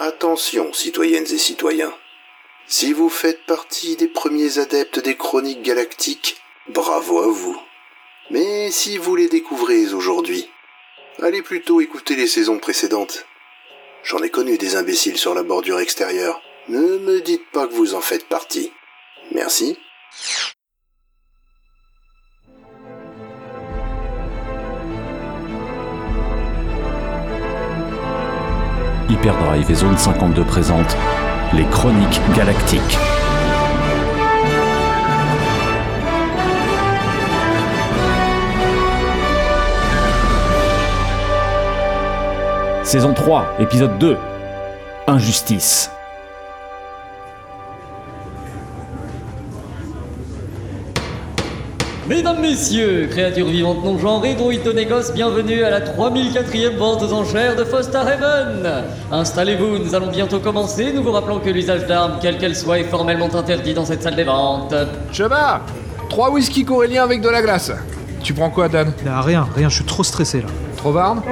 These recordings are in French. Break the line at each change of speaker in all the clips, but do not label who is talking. Attention, citoyennes et citoyens. Si vous faites partie des premiers adeptes des chroniques galactiques, bravo à vous. Mais si vous les découvrez aujourd'hui, allez plutôt écouter les saisons précédentes. J'en ai connu des imbéciles sur la bordure extérieure. Ne me dites pas que vous en faites partie. Merci.
Hyperdrive et Zone 52 présentent les Chroniques Galactiques. Saison 3, épisode 2. Injustice.
Mesdames, Messieurs, créatures vivantes non genrées, druides de négoce, bienvenue à la 3004e vente aux enchères de Foster Haven Installez-vous, nous allons bientôt commencer, nous vous rappelons que l'usage d'armes, quelle qu'elle soit, est formellement interdit dans cette salle des ventes.
Cheba Trois whisky coréliens avec de la glace. Tu prends quoi, Dan
Là, rien, rien, je suis trop stressé là.
Trovarne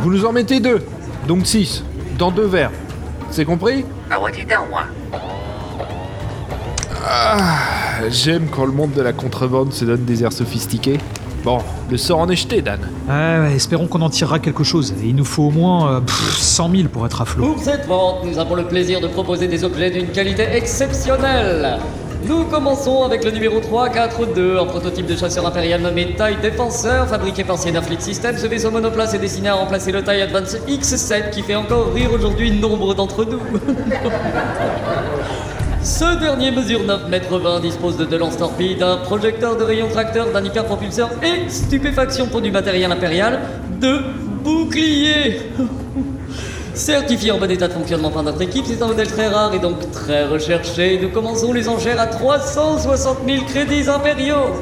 Vous nous en mettez deux, donc six, dans deux verres. C'est compris
Ah ouais, dis donc, moi.
Ah, J'aime quand le monde de la contrebande se donne des airs sophistiqués. Bon, le sort en est jeté, Dan.
Ouais, ouais, espérons qu'on en tirera quelque chose. Et il nous faut au moins euh, pff, 100 000 pour être à flot.
Pour cette vente, nous avons le plaisir de proposer des objets d'une qualité exceptionnelle. Nous commençons avec le numéro 342, un prototype de chasseur impérial nommé Taille Défenseur, fabriqué par Siena Fleet System. Ce vaisseau monoplace est destiné à remplacer le Taille Advance X7 qui fait encore rire aujourd'hui nombre d'entre nous. Ce dernier mesure 9 mètres 20, dispose de deux lances torpilles, d'un projecteur de rayon tracteur, d'un Icar propulseur et, stupéfaction pour du matériel impérial, de boucliers Certifié en bon état de fonctionnement par notre équipe, c'est un modèle très rare et donc très recherché. Nous commençons les enchères à 360 000 crédits impériaux.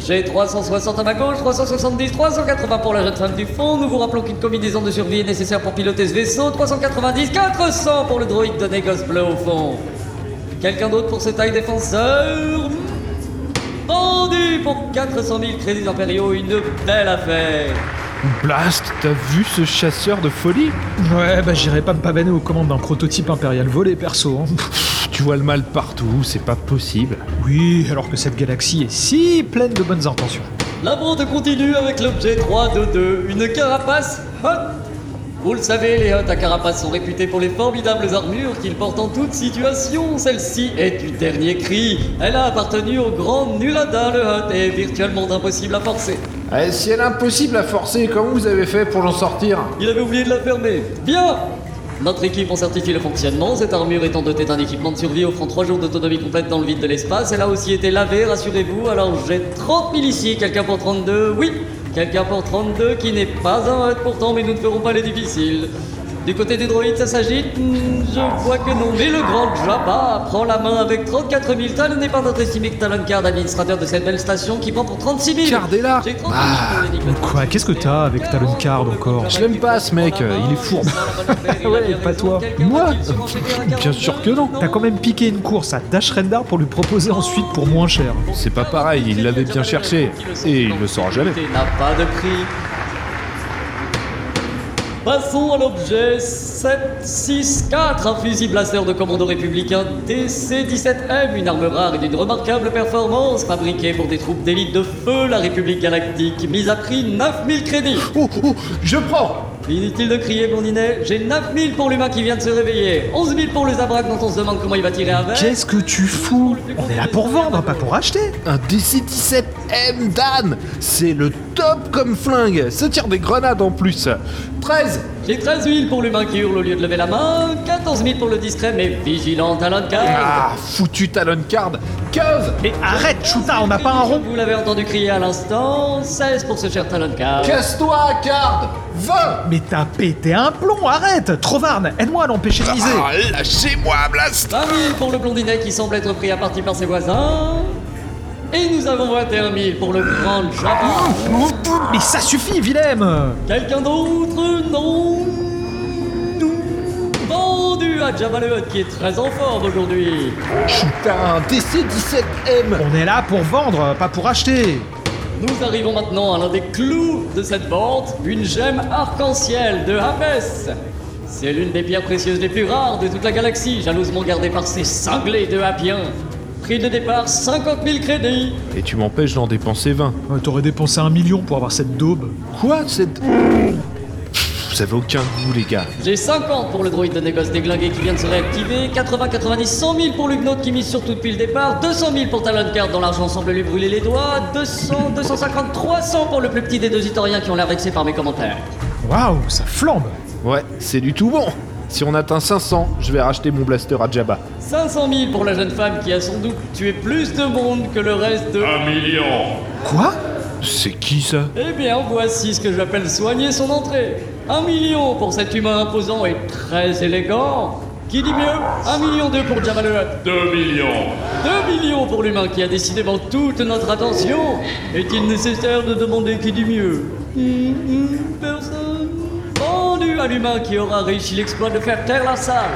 J'ai 360 à ma gauche, 370, 380 pour la jeune femme du fond. Nous vous rappelons qu'une combinaison de survie est nécessaire pour piloter ce vaisseau. 390, 400 pour le droïde de négoce bleu au fond. Quelqu'un d'autre pour ce taille défenseur Vendu pour 400 000 crédits impériaux, une belle affaire.
Blast, t'as vu ce chasseur de folie
Ouais, bah j'irai pas me pavaner aux commandes d'un prototype impérial volé perso. hein.
Pff, Tu vois le mal partout, c'est pas possible.
Oui, alors que cette galaxie est si pleine de bonnes intentions.
La vente continue avec l'objet 3 de 2, une carapace hot. Vous le savez, les hottes à carapace sont réputés pour les formidables armures qu'ils portent en toute situation. Celle-ci est du dernier cri. Elle a appartenu au grand Nulada le hot et est virtuellement impossible à forcer.
Eh, si elle est impossible à forcer, comment vous avez fait pour l'en sortir
Il avait oublié de la fermer. Bien Notre équipe en certifie le fonctionnement, cette armure étant dotée d'un équipement de survie offrant 3 jours d'autonomie complète dans le vide de l'espace. Elle a aussi été lavée, rassurez-vous, alors j'ai 30 000 ici, quelqu'un pour 32, oui Quelqu'un pour 32 qui n'est pas un hot pourtant, mais nous ne ferons pas les difficiles. Du côté des droïdes, ça s'agite Hmm, Je vois que non, mais le grand Jabba prend la main avec 34 000 talons et par notre estimé Talon Card, administrateur de cette belle station, qui prend pour 36 000
Cardella
J'ai 30 000 pour l'énigme.
Quoi, qu'est-ce que t'as avec Talon Card encore
Je l'aime pas, ce mec, euh, il est fourbe.
Ah Ouais, pas toi. Euh,
Moi Bien sûr que non.
T'as quand même piqué une course à Dash Rendar pour lui proposer ensuite pour moins cher.
C'est pas Bah, pareil, il l'avait bien cherché. Et il le saura jamais.
n'a pas de prix. Passons à l'objet 764, un fusil blaster de commando républicain DC-17M, une arme rare et d'une remarquable performance, fabriquée pour des troupes d'élite de feu, la République Galactique, mise à prix 9000 crédits.
Oh, oh, je prends
Inutile de crier, blondinet, j'ai 9000 pour l'humain qui vient de se réveiller, 11000 pour le Zabrak dont on se demande comment il va tirer avec.
Qu'est-ce que tu fous On est là pour vendre, pas pour acheter.
Un DC-17M Dan C'est le top comme flingue Ça tire des grenades en plus 13
J'ai 13 000 pour l'humain qui hurle au lieu de lever la main, 14 000 pour le distrait mais vigilant à l'encart.
Ah, foutu talon card 15
Mais arrête, Chuta, on n'a pas un rond.
Vous l'avez entendu crier à l'instant, 16 pour ce cher Taloncar.
Casse-toi, card 20
Mais t'as pété un plomb, arrête Trovarne, aide-moi à l'empêcher de miser
Ah, lâchez-moi, Blast
20 000 pour le blondinet qui semble être pris à partie par ses voisins. Et nous avons 21 000 pour le grand Jabba.
Ah. Mais ça suffit, Willem
Quelqu'un d'autre Non Nous Vendu à Jabba le Hutt qui est très en forme aujourd'hui.
Putain, DC-17M
On est là pour vendre, pas pour acheter
Nous arrivons maintenant à l'un des clous de cette vente, une gemme arc-en-ciel de Hapes. C'est l'une des pierres précieuses les plus rares de toute la galaxie, jalousement gardée par ces cinglés de Happiens. Prix de départ 50 000 crédits.
Et tu m'empêches d'en dépenser 20.
Ouais, Euh, T'aurais dépensé un million pour avoir cette daube.
Quoi cette... Pff, Vous avez aucun goût les gars.
J'ai 50 pour le droïde de négoce déglingué qui vient de se réactiver, 80, 90, 100 000 pour l'Huguenot qui mise sur tout depuis le départ, 200 000 pour Talon Card dont l'argent semble lui brûler les doigts, 200, 250, 300 pour le plus petit des deux itoriens qui ont l'air vexés par mes commentaires.
Waouh, ça flambe
Ouais, c'est du tout bon. Si on atteint 500, je vais racheter mon blaster à Jabba.
500 000 pour la jeune femme qui a sans doute tué plus de monde que le reste de...
Un million
Quoi
C'est qui ça
Eh bien, voici ce que j'appelle soigner son entrée. Un million pour cet humain imposant et très élégant. Qui dit mieux Un million deux pour Jabba le Hutt.
Deux millions
Deux millions pour l'humain qui a décidément toute notre attention. Est-il nécessaire de demander qui dit mieux Hum, hum, Personne. Vendu à l'humain qui aura réussi l'exploit de faire taire la salle.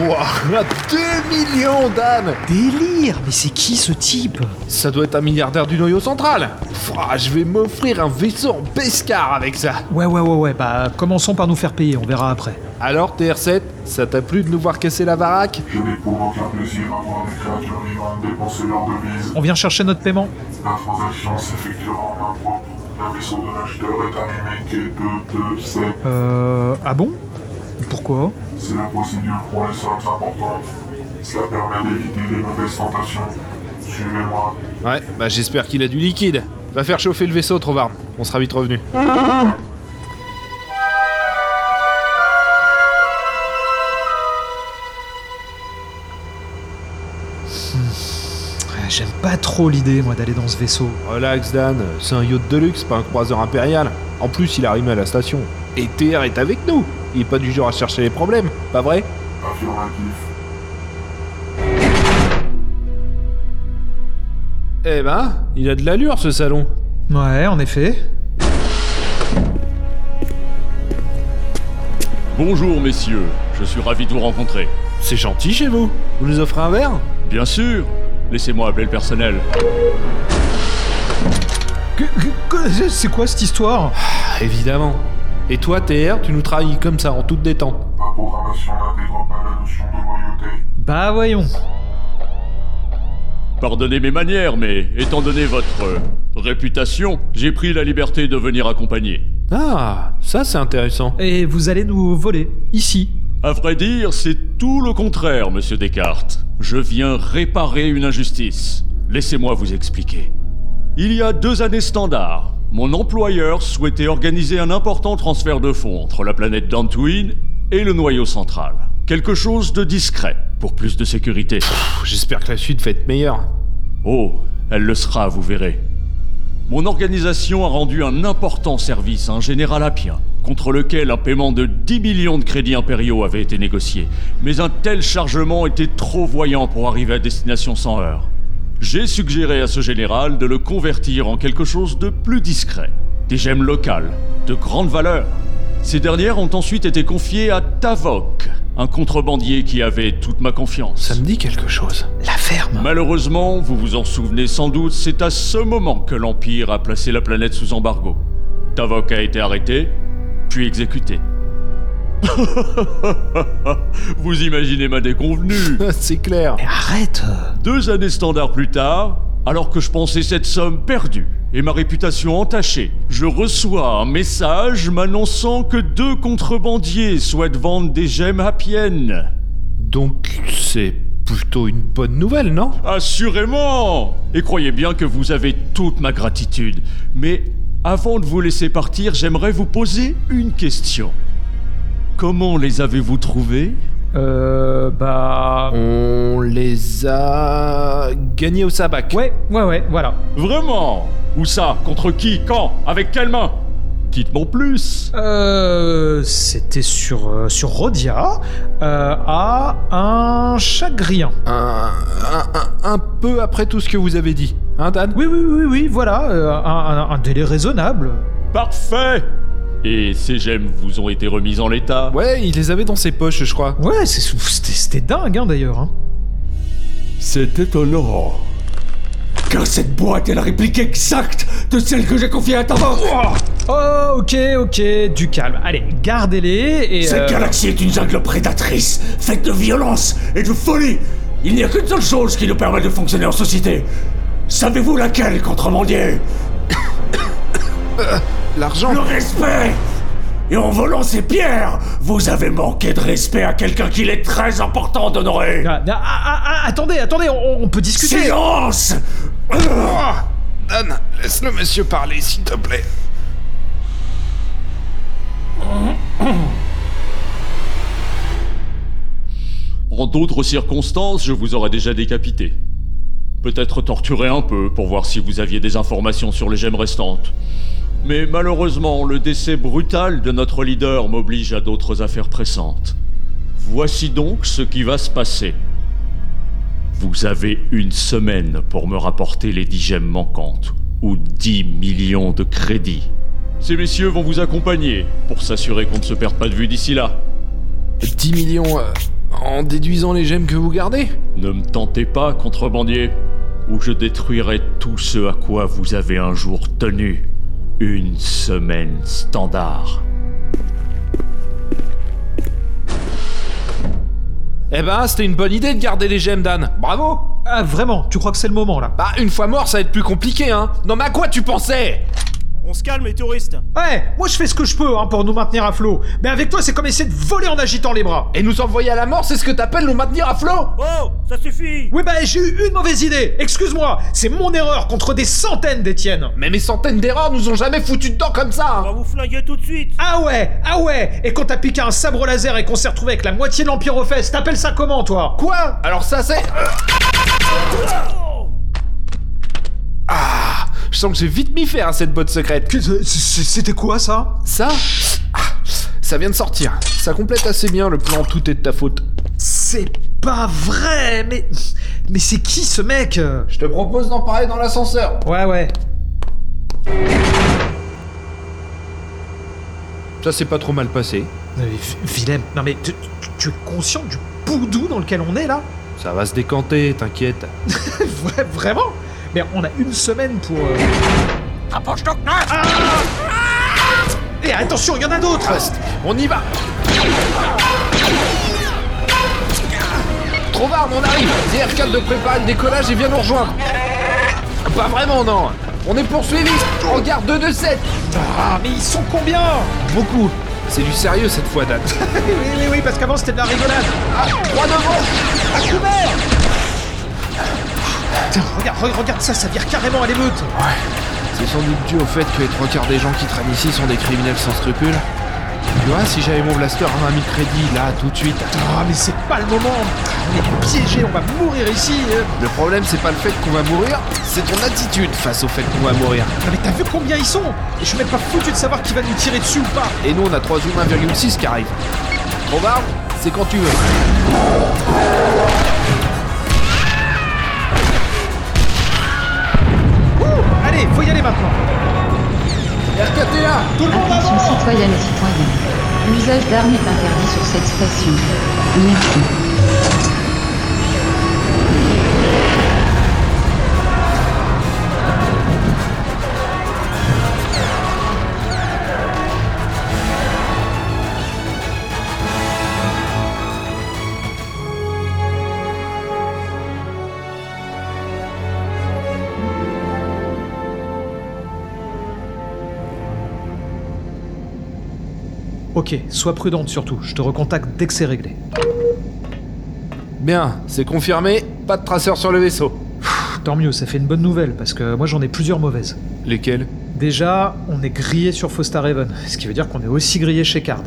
Wouah 2 millions d'ânes
Délire Mais c'est qui ce type
Ça doit être un milliardaire du noyau central Pouah, Je vais m'offrir un vaisseau en pescar avec ça
Ouais, ouais, ouais, ouais, bah commençons par nous faire payer, on verra après.
Alors TR7, ça t'a plu de nous voir casser la baraque
J'avais pour aucun plaisir à voir des créatures vivantes dépenser leurs devises.
On vient chercher notre paiement.
La transaction s'effectuera en main propre. Le vaisseau de l'acheteur est un Mickey 227.
Euh. Ah bon Pourquoi
C'est la procédure pour les sommes importantes. Cela permet d'éviter les mauvaises tentations. Suivez-moi.
Ouais, bah j'espère qu'il a du liquide. Va faire chauffer le vaisseau, Trovarne. On sera vite revenu.
Ouais, J'aime pas trop l'idée, moi, d'aller dans ce vaisseau.
Relax Dan, c'est un yacht de luxe, pas un croiseur impérial. En plus, il arrive à la station. Et TR est avec nous Il est pas du genre à chercher les problèmes, pas vrai
Affirmatif.
Eh ben, il a de l'allure ce salon
Ouais, en effet.
Bonjour messieurs, je suis ravi de vous rencontrer.
C'est gentil chez vous Vous nous offrez un verre
Bien sûr Laissez-moi appeler le personnel.
Que- que- que- C'est quoi cette histoire
Évidemment. Et toi, TR, tu nous trahis comme ça, en toute détente.
Ma programmation n'intègre pas la notion de loyauté.
Bah voyons.
Pardonnez mes manières, mais étant donné votre euh, réputation, j'ai pris la liberté de venir accompagner.
Ah, ça c'est intéressant.
Et vous allez nous voler, ici.
À vrai dire, c'est tout le contraire, monsieur Descartes. Je viens réparer une injustice. Laissez-moi vous expliquer. Il y a deux années standards, mon employeur souhaitait organiser un important transfert de fonds entre la planète Dantooine et le noyau central. Quelque chose de discret, pour plus de sécurité.
Pff, J'espère que la suite va être meilleure.
Oh, elle le sera, vous verrez. Mon organisation a rendu un important service à un général Appien, contre lequel un paiement de 10 millions de crédits impériaux avait été négocié. Mais un tel chargement était trop voyant pour arriver à destination sans heurts. J'ai suggéré à ce général de le convertir en quelque chose de plus discret. Des gemmes locales, de grande valeur. Ces dernières ont ensuite été confiées à Tavok, un contrebandier qui avait toute ma confiance.
Ça me dit quelque chose.
La ferme.
Malheureusement, vous vous en souvenez sans doute, c'est à ce moment que l'Empire a placé la planète sous embargo. Tavok a été arrêté, puis exécuté. vous imaginez ma déconvenue
c'est clair.
Arrête
Deux années standards plus tard, alors que je pensais cette somme perdue et ma réputation entachée, je reçois un message m'annonçant que deux contrebandiers souhaitent vendre des gemmes à Pienne.
Donc c'est plutôt une bonne nouvelle, non
Assurément Et croyez bien que vous avez toute ma gratitude. Mais avant de vous laisser partir, j'aimerais vous poser une question. Comment les avez-vous trouvés
Euh. Bah.
On les a gagnés au sabac.
Ouais, ouais, ouais, voilà.
Vraiment Où ça Contre qui Quand Avec quelle main Dites-moi plus
Euh. C'était sur. euh, sur Rodia. euh, à un chagrien.
Un, un- un- un peu après tout ce que vous avez dit. Hein, Dan
Oui, oui, oui, oui, voilà. euh, un, un- un délai raisonnable.
Parfait Et ces gemmes vous ont été remises en l'état
Ouais, il les avait dans ses poches, je crois.
Ouais, c'est- c'était c'était dingue, hein, d'ailleurs. hein.
C'est étonnant.
Car cette boîte est la réplique exacte de celle que j'ai confiée à ta banque
Oh, ok, ok, du calme. Allez, gardez-les et.
Cette
euh,
galaxie est une jungle prédatrice, faite de violence et de folie Il n'y a qu'une seule chose qui nous permet de fonctionner en société Savez-vous laquelle, contrebandier
L'argent
Le respect Et en volant ces pierres, vous avez manqué de respect à quelqu'un qu'il est très important d'honorer
ah, ah, ah, ah, attendez, attendez, on, on peut discuter.
Silence
Dan, laisse le monsieur parler, s'il te plaît.
En d'autres circonstances, je vous aurais déjà décapité. Peut-être torturé un peu pour voir si vous aviez des informations sur les gemmes restantes. Mais malheureusement, le décès brutal de notre leader m'oblige à d'autres affaires pressantes. Voici donc ce qui va se passer. Vous avez une semaine pour me rapporter les 10 gemmes manquantes, ou 10 millions de crédits. Ces messieurs vont vous accompagner pour s'assurer qu'on ne se perde pas de vue d'ici là.
10 millions euh, en déduisant les gemmes que vous gardez
Ne me tentez pas, contrebandier, ou je détruirai tout ce à quoi vous avez un jour tenu. Une semaine standard.
Eh ben, c'était une bonne idée de garder les gemmes, Dan. Bravo
Ah, vraiment, tu crois que c'est le moment là
Bah, une fois mort, ça va être plus compliqué, hein Non mais à quoi tu pensais
On se calme les touristes
Ouais, moi je fais ce que je peux hein, pour nous maintenir à flot. Mais avec toi, c'est comme essayer de voler en agitant les bras.
Et nous envoyer à la mort, c'est ce que t'appelles nous maintenir à flot
Oh Ça suffit
Oui, bah j'ai eu une mauvaise idée. Excuse-moi, c'est mon erreur contre des centaines d'Étienne.
Mais mes centaines d'erreurs nous ont jamais foutu dedans comme ça
On
hein.
va vous flinguer tout de suite
Ah ouais, ah ouais. Et quand t'as piqué un sabre laser et qu'on s'est retrouvé avec la moitié de l'empire aux fesses, t'appelles ça comment toi
Quoi Alors ça c'est... Ah Je sens que j'ai vite m'y faire à cette botte secrète.
C'était quoi ça
Ça Ah, Ça vient de sortir. Ça complète assez bien le plan Tout est de ta faute.
C'est pas vrai, mais mais c'est qui ce mec
Je te propose d'en parler dans l'ascenseur.
Ouais ouais.
Ça s'est pas trop mal passé.
Mais V- Willem, Euh, non mais tu, tu- tu es conscient du boudou dans lequel on est là
Ça va se décanter, t'inquiète.
Vra- Vraiment Mais on a une semaine pour. euh, Ah Et attention, il y en a d'autres
Reste. On y va Trovard, on arrive DR4 de prépa, le décollage et viens nous rejoindre Pas vraiment, non On est poursuivis En garde 2 de 7
Ah, mais ils sont combien
Beaucoup C'est du sérieux cette fois, Dan.
Oui, oui, oui, parce qu'avant c'était de la rigolade.
Ah, Trois devant
À couvert Putain, regarde, re- regarde ça, ça vire carrément à l'émeute
C'est sans doute dû au fait que les trois quarts des gens qui traînent ici sont des criminels sans scrupules. Tu vois, si j'avais mon blaster à 20 000 crédits, là, tout de suite...
Ah, mais c'est pas le moment On est piégés, on va mourir ici euh.
Le problème, c'est pas le fait qu'on va mourir, c'est ton attitude face au fait qu'on va mourir.
Non, mais t'as vu combien ils sont Et je suis même pas foutu de savoir qui va nous tirer dessus ou pas
Et nous, on a 3 zoom 1,6 qui arrivent. Robard, c'est quand tu veux.
Ouh, Allez, faut y aller maintenant
RKT là
Tout le monde
Attention
avant
citoyennes et citoyens. L'usage d'armes est interdit sur cette station. Merci.
Ok, sois prudente surtout, je te recontacte dès que c'est réglé.
Bien, c'est confirmé, pas de traceur sur le vaisseau.
Tant mieux, ça fait une bonne nouvelle, parce que moi j'en ai plusieurs mauvaises.
Lesquels
Déjà, on est grillé sur Fosta Raven, ce qui veut dire qu'on est aussi grillé chez Card.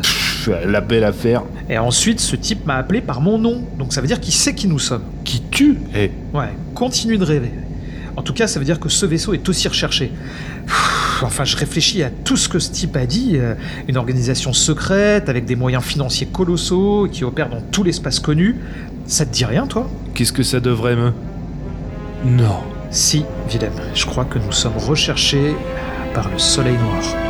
La belle affaire.
Et ensuite, ce type m'a appelé par mon nom, donc ça veut dire qu'il sait qui nous sommes.
Qui tue Eh,
Ouais, continue de rêver. En tout cas, ça veut dire que ce vaisseau est aussi recherché. Pff, Enfin, je réfléchis à tout ce que ce type a dit. euh, Une organisation secrète, avec des moyens financiers colossaux, qui opère dans tout l'espace connu. Ça te dit rien, toi
qu'est-ce que ça devrait me... Non.
Si, Willem, je crois que nous sommes recherchés par le Soleil Noir.